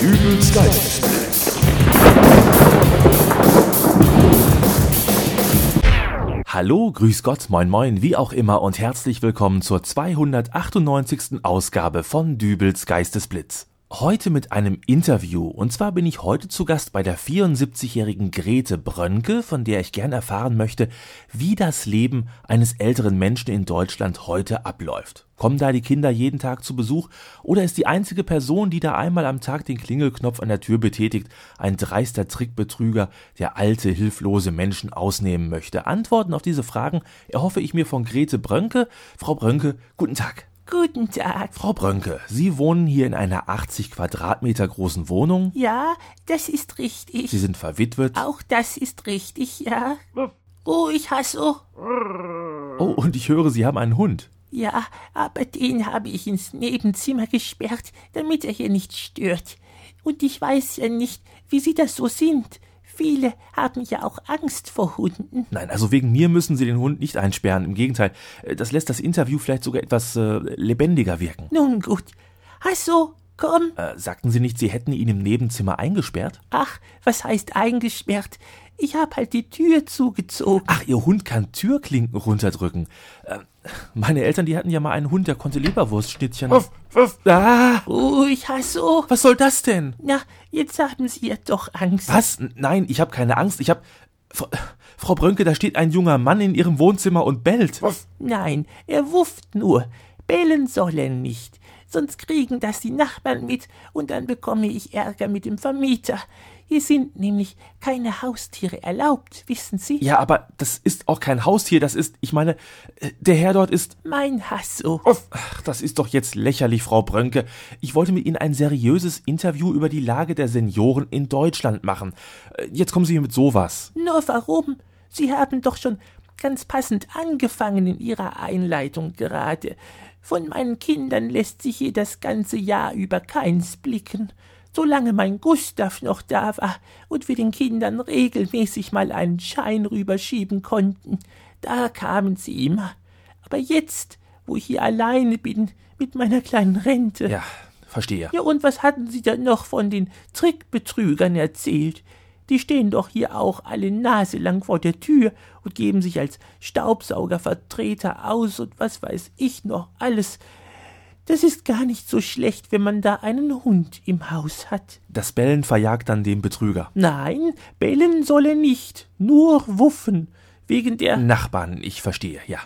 Übels Geist. Hallo, grüß Gott, moin moin, wie auch immer und herzlich willkommen zur 298. Ausgabe von Dübels Geistesblitz. Heute mit einem Interview und zwar bin ich heute zu Gast bei der 74-jährigen Grete Brönke, von der ich gern erfahren möchte, wie das Leben eines älteren Menschen in Deutschland heute abläuft. Kommen da die Kinder jeden Tag zu Besuch oder ist die einzige Person, die da einmal am Tag den Klingelknopf an der Tür betätigt, ein dreister Trickbetrüger, der alte, hilflose Menschen ausnehmen möchte? Antworten auf diese Fragen erhoffe ich mir von Grete Brönke. Frau Brönke, guten Tag. Guten Tag. Frau Brönke, Sie wohnen hier in einer 80 Quadratmeter großen Wohnung. Ja, das ist richtig. Sie sind verwitwet. Auch das ist richtig, ja. Ruhig, Hasso. Oh, und ich höre, Sie haben einen Hund. Ja, aber den habe ich ins Nebenzimmer gesperrt, damit er hier nicht stört. Und ich weiß ja nicht, wie Sie das so sind. Viele haben ja auch Angst vor Hunden. Nein, also wegen mir müssen Sie den Hund nicht einsperren. Im Gegenteil, äh, das lässt das Interview vielleicht sogar etwas äh, lebendiger wirken. Nun gut. Hasso, komm. Äh, sagten Sie nicht, Sie hätten ihn im Nebenzimmer eingesperrt? Ach, was heißt eingesperrt? Ich habe halt die Tür zugezogen. Ach, Ihr Hund kann Türklinken runterdrücken. Äh, meine Eltern, die hatten ja mal einen Hund, der konnte Leberwurstschnittchen. Ah, Ruhig, Hasso. was soll das denn? oh. Na, jetzt haben Sie ja doch Angst. Was? N- Nein, ich habe keine Angst. Ich habe. Fra- Frau Brönke, da steht ein junger Mann in Ihrem Wohnzimmer und bellt. Nein, er wufft nur. Bellen soll er nicht. Sonst kriegen das die Nachbarn mit und dann bekomme ich Ärger mit dem Vermieter. Hier sind nämlich keine Haustiere erlaubt, wissen Sie? Ja, aber das ist auch kein Haustier. Das ist, ich meine, äh, der Herr dort ist. Mein Hasso. Ach, das ist doch jetzt lächerlich, Frau Brönke. Ich wollte mit Ihnen ein seriöses Interview über die Lage der Senioren in Deutschland machen. Äh, Jetzt kommen Sie hier mit sowas. Nur warum? Sie haben doch schon ganz passend angefangen in Ihrer Einleitung gerade. Von meinen Kindern lässt sich hier das ganze Jahr über keins blicken. Solange mein Gustav noch da war und wir den Kindern regelmäßig mal einen Schein rüberschieben konnten, da kamen sie immer. Aber jetzt, wo ich hier alleine bin, mit meiner kleinen Rente. Ja, verstehe. Ja, und was hatten Sie denn noch von den Trickbetrügern erzählt? Die stehen doch hier auch alle naselang vor der Tür und geben sich als Staubsaugervertreter aus und was weiß ich noch alles. Das ist gar nicht so schlecht, wenn man da einen Hund im Haus hat. Das Bellen verjagt dann den Betrüger. Nein, bellen soll er nicht, nur wuffen, wegen der... Nachbarn, ich verstehe, ja.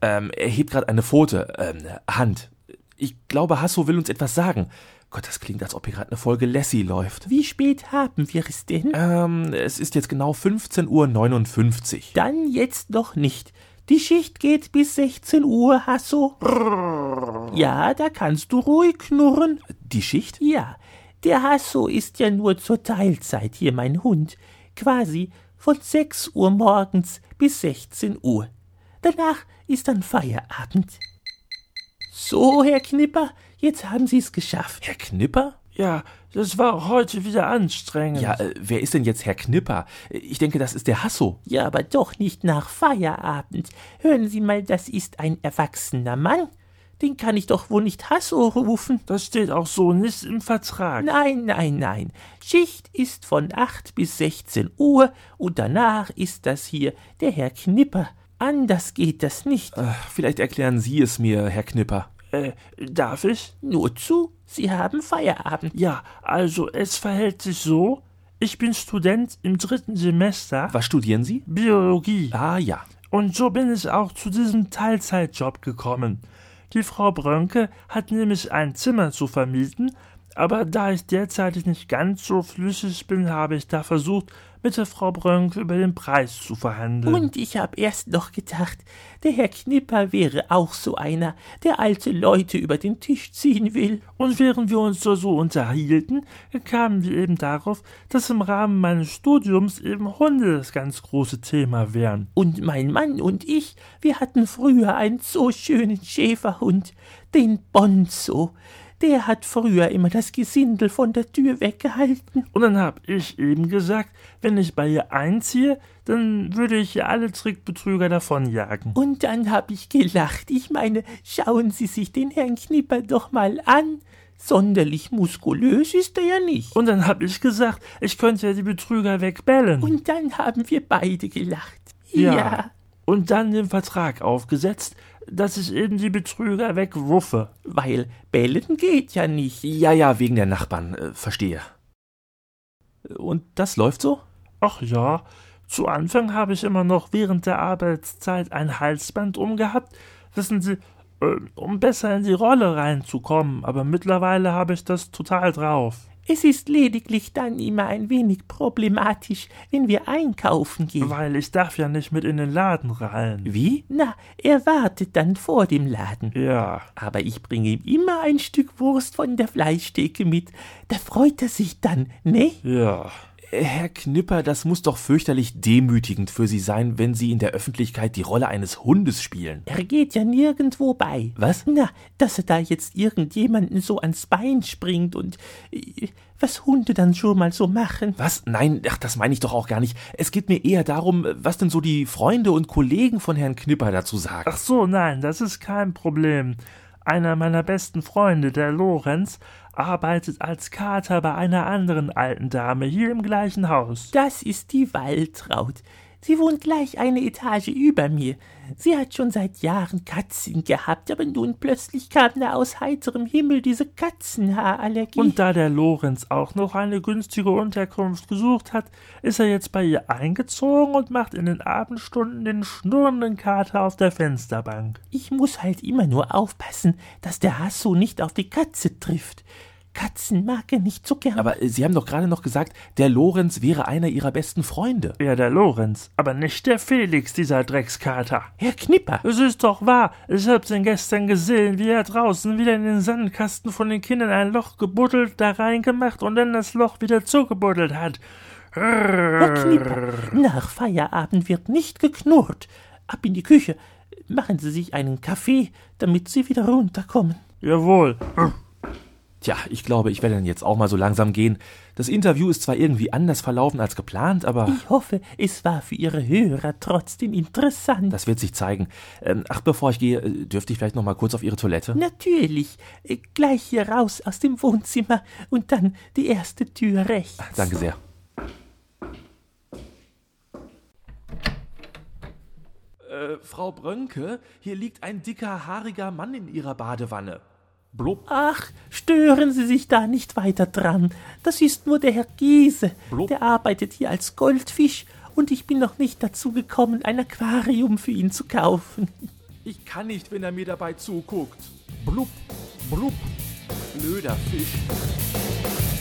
Ähm, er hebt gerade eine Pfote, ähm, Hand. Ich glaube, Hasso will uns etwas sagen. Gott, das klingt, als ob hier gerade eine Folge Lassie läuft. Wie spät haben wir es denn? Ähm, es ist jetzt genau 15.59 Uhr. Dann jetzt noch nicht. Die Schicht geht bis 16 Uhr, Hasso. Ja, da kannst du ruhig knurren. Die Schicht? Ja, der Hasso ist ja nur zur Teilzeit hier mein Hund. Quasi von 6 Uhr morgens bis 16 Uhr. Danach ist dann Feierabend. So, Herr Knipper, jetzt haben Sie's geschafft. Herr Knipper? Ja, das war heute wieder anstrengend. Ja, äh, wer ist denn jetzt Herr Knipper? Ich denke, das ist der Hasso. Ja, aber doch nicht nach Feierabend. Hören Sie mal, das ist ein erwachsener Mann. Den kann ich doch wohl nicht Hasso rufen. Das steht auch so nicht im Vertrag. Nein, nein, nein. Schicht ist von 8 bis 16 Uhr und danach ist das hier der Herr Knipper. Anders geht das nicht. Äh, vielleicht erklären Sie es mir, Herr Knipper. Äh, darf ich? Nur zu, Sie haben Feierabend. Ja, also es verhält sich so. Ich bin Student im dritten Semester Was studieren Sie? Biologie. Ah ja. Und so bin ich auch zu diesem Teilzeitjob gekommen. Die Frau Brönke hat nämlich ein Zimmer zu vermieten, aber da ich derzeit nicht ganz so flüssig bin, habe ich da versucht, mit der Frau Brönke über den Preis zu verhandeln. Und ich habe erst noch gedacht, der Herr Knipper wäre auch so einer, der alte Leute über den Tisch ziehen will. Und während wir uns da so unterhielten, kamen wir eben darauf, dass im Rahmen meines Studiums eben Hunde das ganz große Thema wären. Und mein Mann und ich, wir hatten früher einen so schönen Schäferhund, den Bonzo. Der hat früher immer das Gesindel von der Tür weggehalten. Und dann habe ich eben gesagt, wenn ich bei ihr einziehe, dann würde ich ihr alle Trickbetrüger davonjagen. Und dann hab ich gelacht. Ich meine, schauen Sie sich den Herrn Knipper doch mal an. Sonderlich muskulös ist er ja nicht. Und dann hab ich gesagt, ich könnte ja die Betrüger wegbellen. Und dann haben wir beide gelacht. Ja. Ja. Und dann den Vertrag aufgesetzt, dass ich eben die Betrüger wegwuffe. weil bellen geht ja nicht. Ja, ja, wegen der Nachbarn, äh, verstehe. Und das läuft so? Ach ja, zu Anfang habe ich immer noch während der Arbeitszeit ein Halsband umgehabt, wissen Sie, äh, um besser in die Rolle reinzukommen, aber mittlerweile habe ich das total drauf. Es ist lediglich dann immer ein wenig problematisch, wenn wir einkaufen gehen. Weil ich darf ja nicht mit in den Laden rein. Wie? Na, er wartet dann vor dem Laden. Ja, Aber ich bringe ihm immer ein Stück Wurst von der Fleischtheke mit. Da freut er sich dann, ne? ja. Äh, Herr Knipper, das muss doch fürchterlich demütigend für Sie sein, wenn Sie in der Öffentlichkeit die Rolle eines Hundes spielen. Er geht ja nirgendwo bei. Was? Na, dass er da jetzt irgendjemanden so ans Bein springt und äh, was Hunde dann schon mal so machen. Was? Nein, ach, das meine ich doch auch gar nicht. Es geht mir eher darum, äh, was denn so die Freunde und Kollegen von Herrn Knipper dazu sagen. Ach so, nein, das ist kein Problem. Einer meiner besten Freunde, der Lorenz, arbeitet als Kater bei einer anderen alten Dame hier im gleichen Haus. Das ist die Waltraud. Sie wohnt gleich eine Etage über mir. Sie hat schon seit Jahren Katzen gehabt, aber nun plötzlich kam da aus heiterem Himmel diese Katzenhaarallergie. Und da der Lorenz auch noch eine günstige Unterkunft gesucht hat, ist er jetzt bei ihr eingezogen und macht in den Abendstunden den schnurrenden Kater auf der Fensterbank. ich muss halt immer nur aufpassen, dass der Hass so nicht auf die Katze trifft. Katzen mag er nicht so gern. Aber äh, Sie haben doch gerade noch gesagt, der Lorenz wäre einer Ihrer besten Freunde. Ja, der Lorenz, aber nicht der Felix, dieser Dreckskater. Herr Knipper, Es ist doch wahr, ich hab's ihn gestern gesehen, wie er draußen wieder in den Sandkasten von den Kindern ein Loch gebuddelt, da reingemacht und dann das Loch wieder zugebuddelt hat. Herr Knipper, nach Feierabend wird nicht geknurrt. Ab in die Küche. Machen Sie sich einen Kaffee, damit Sie wieder runterkommen. Jawohl. Tja, ich glaube, ich werde dann jetzt auch mal so langsam gehen. Das Interview ist zwar irgendwie anders verlaufen als geplant, aber Ich hoffe, es war für Ihre Hörer trotzdem interessant. das wird sich zeigen. Ähm, ach, bevor ich gehe, äh, dürfte ich vielleicht noch mal kurz auf Ihre Toilette? Natürlich. Äh, Gleich hier raus aus dem Wohnzimmer und dann die erste Tür rechts. Danke sehr. Äh, Frau Brönke, hier liegt ein dicker, haariger Mann in Ihrer Badewanne. Blub, Ach, stören Sie sich da nicht weiter dran. Das ist nur der Herr Giese. Blub. Der arbeitet hier als Goldfisch und ich bin noch nicht dazu gekommen, ein Aquarium für ihn zu kaufen. ich kann nicht, wenn er mir dabei zuguckt. Blub, blub, blöder Fisch.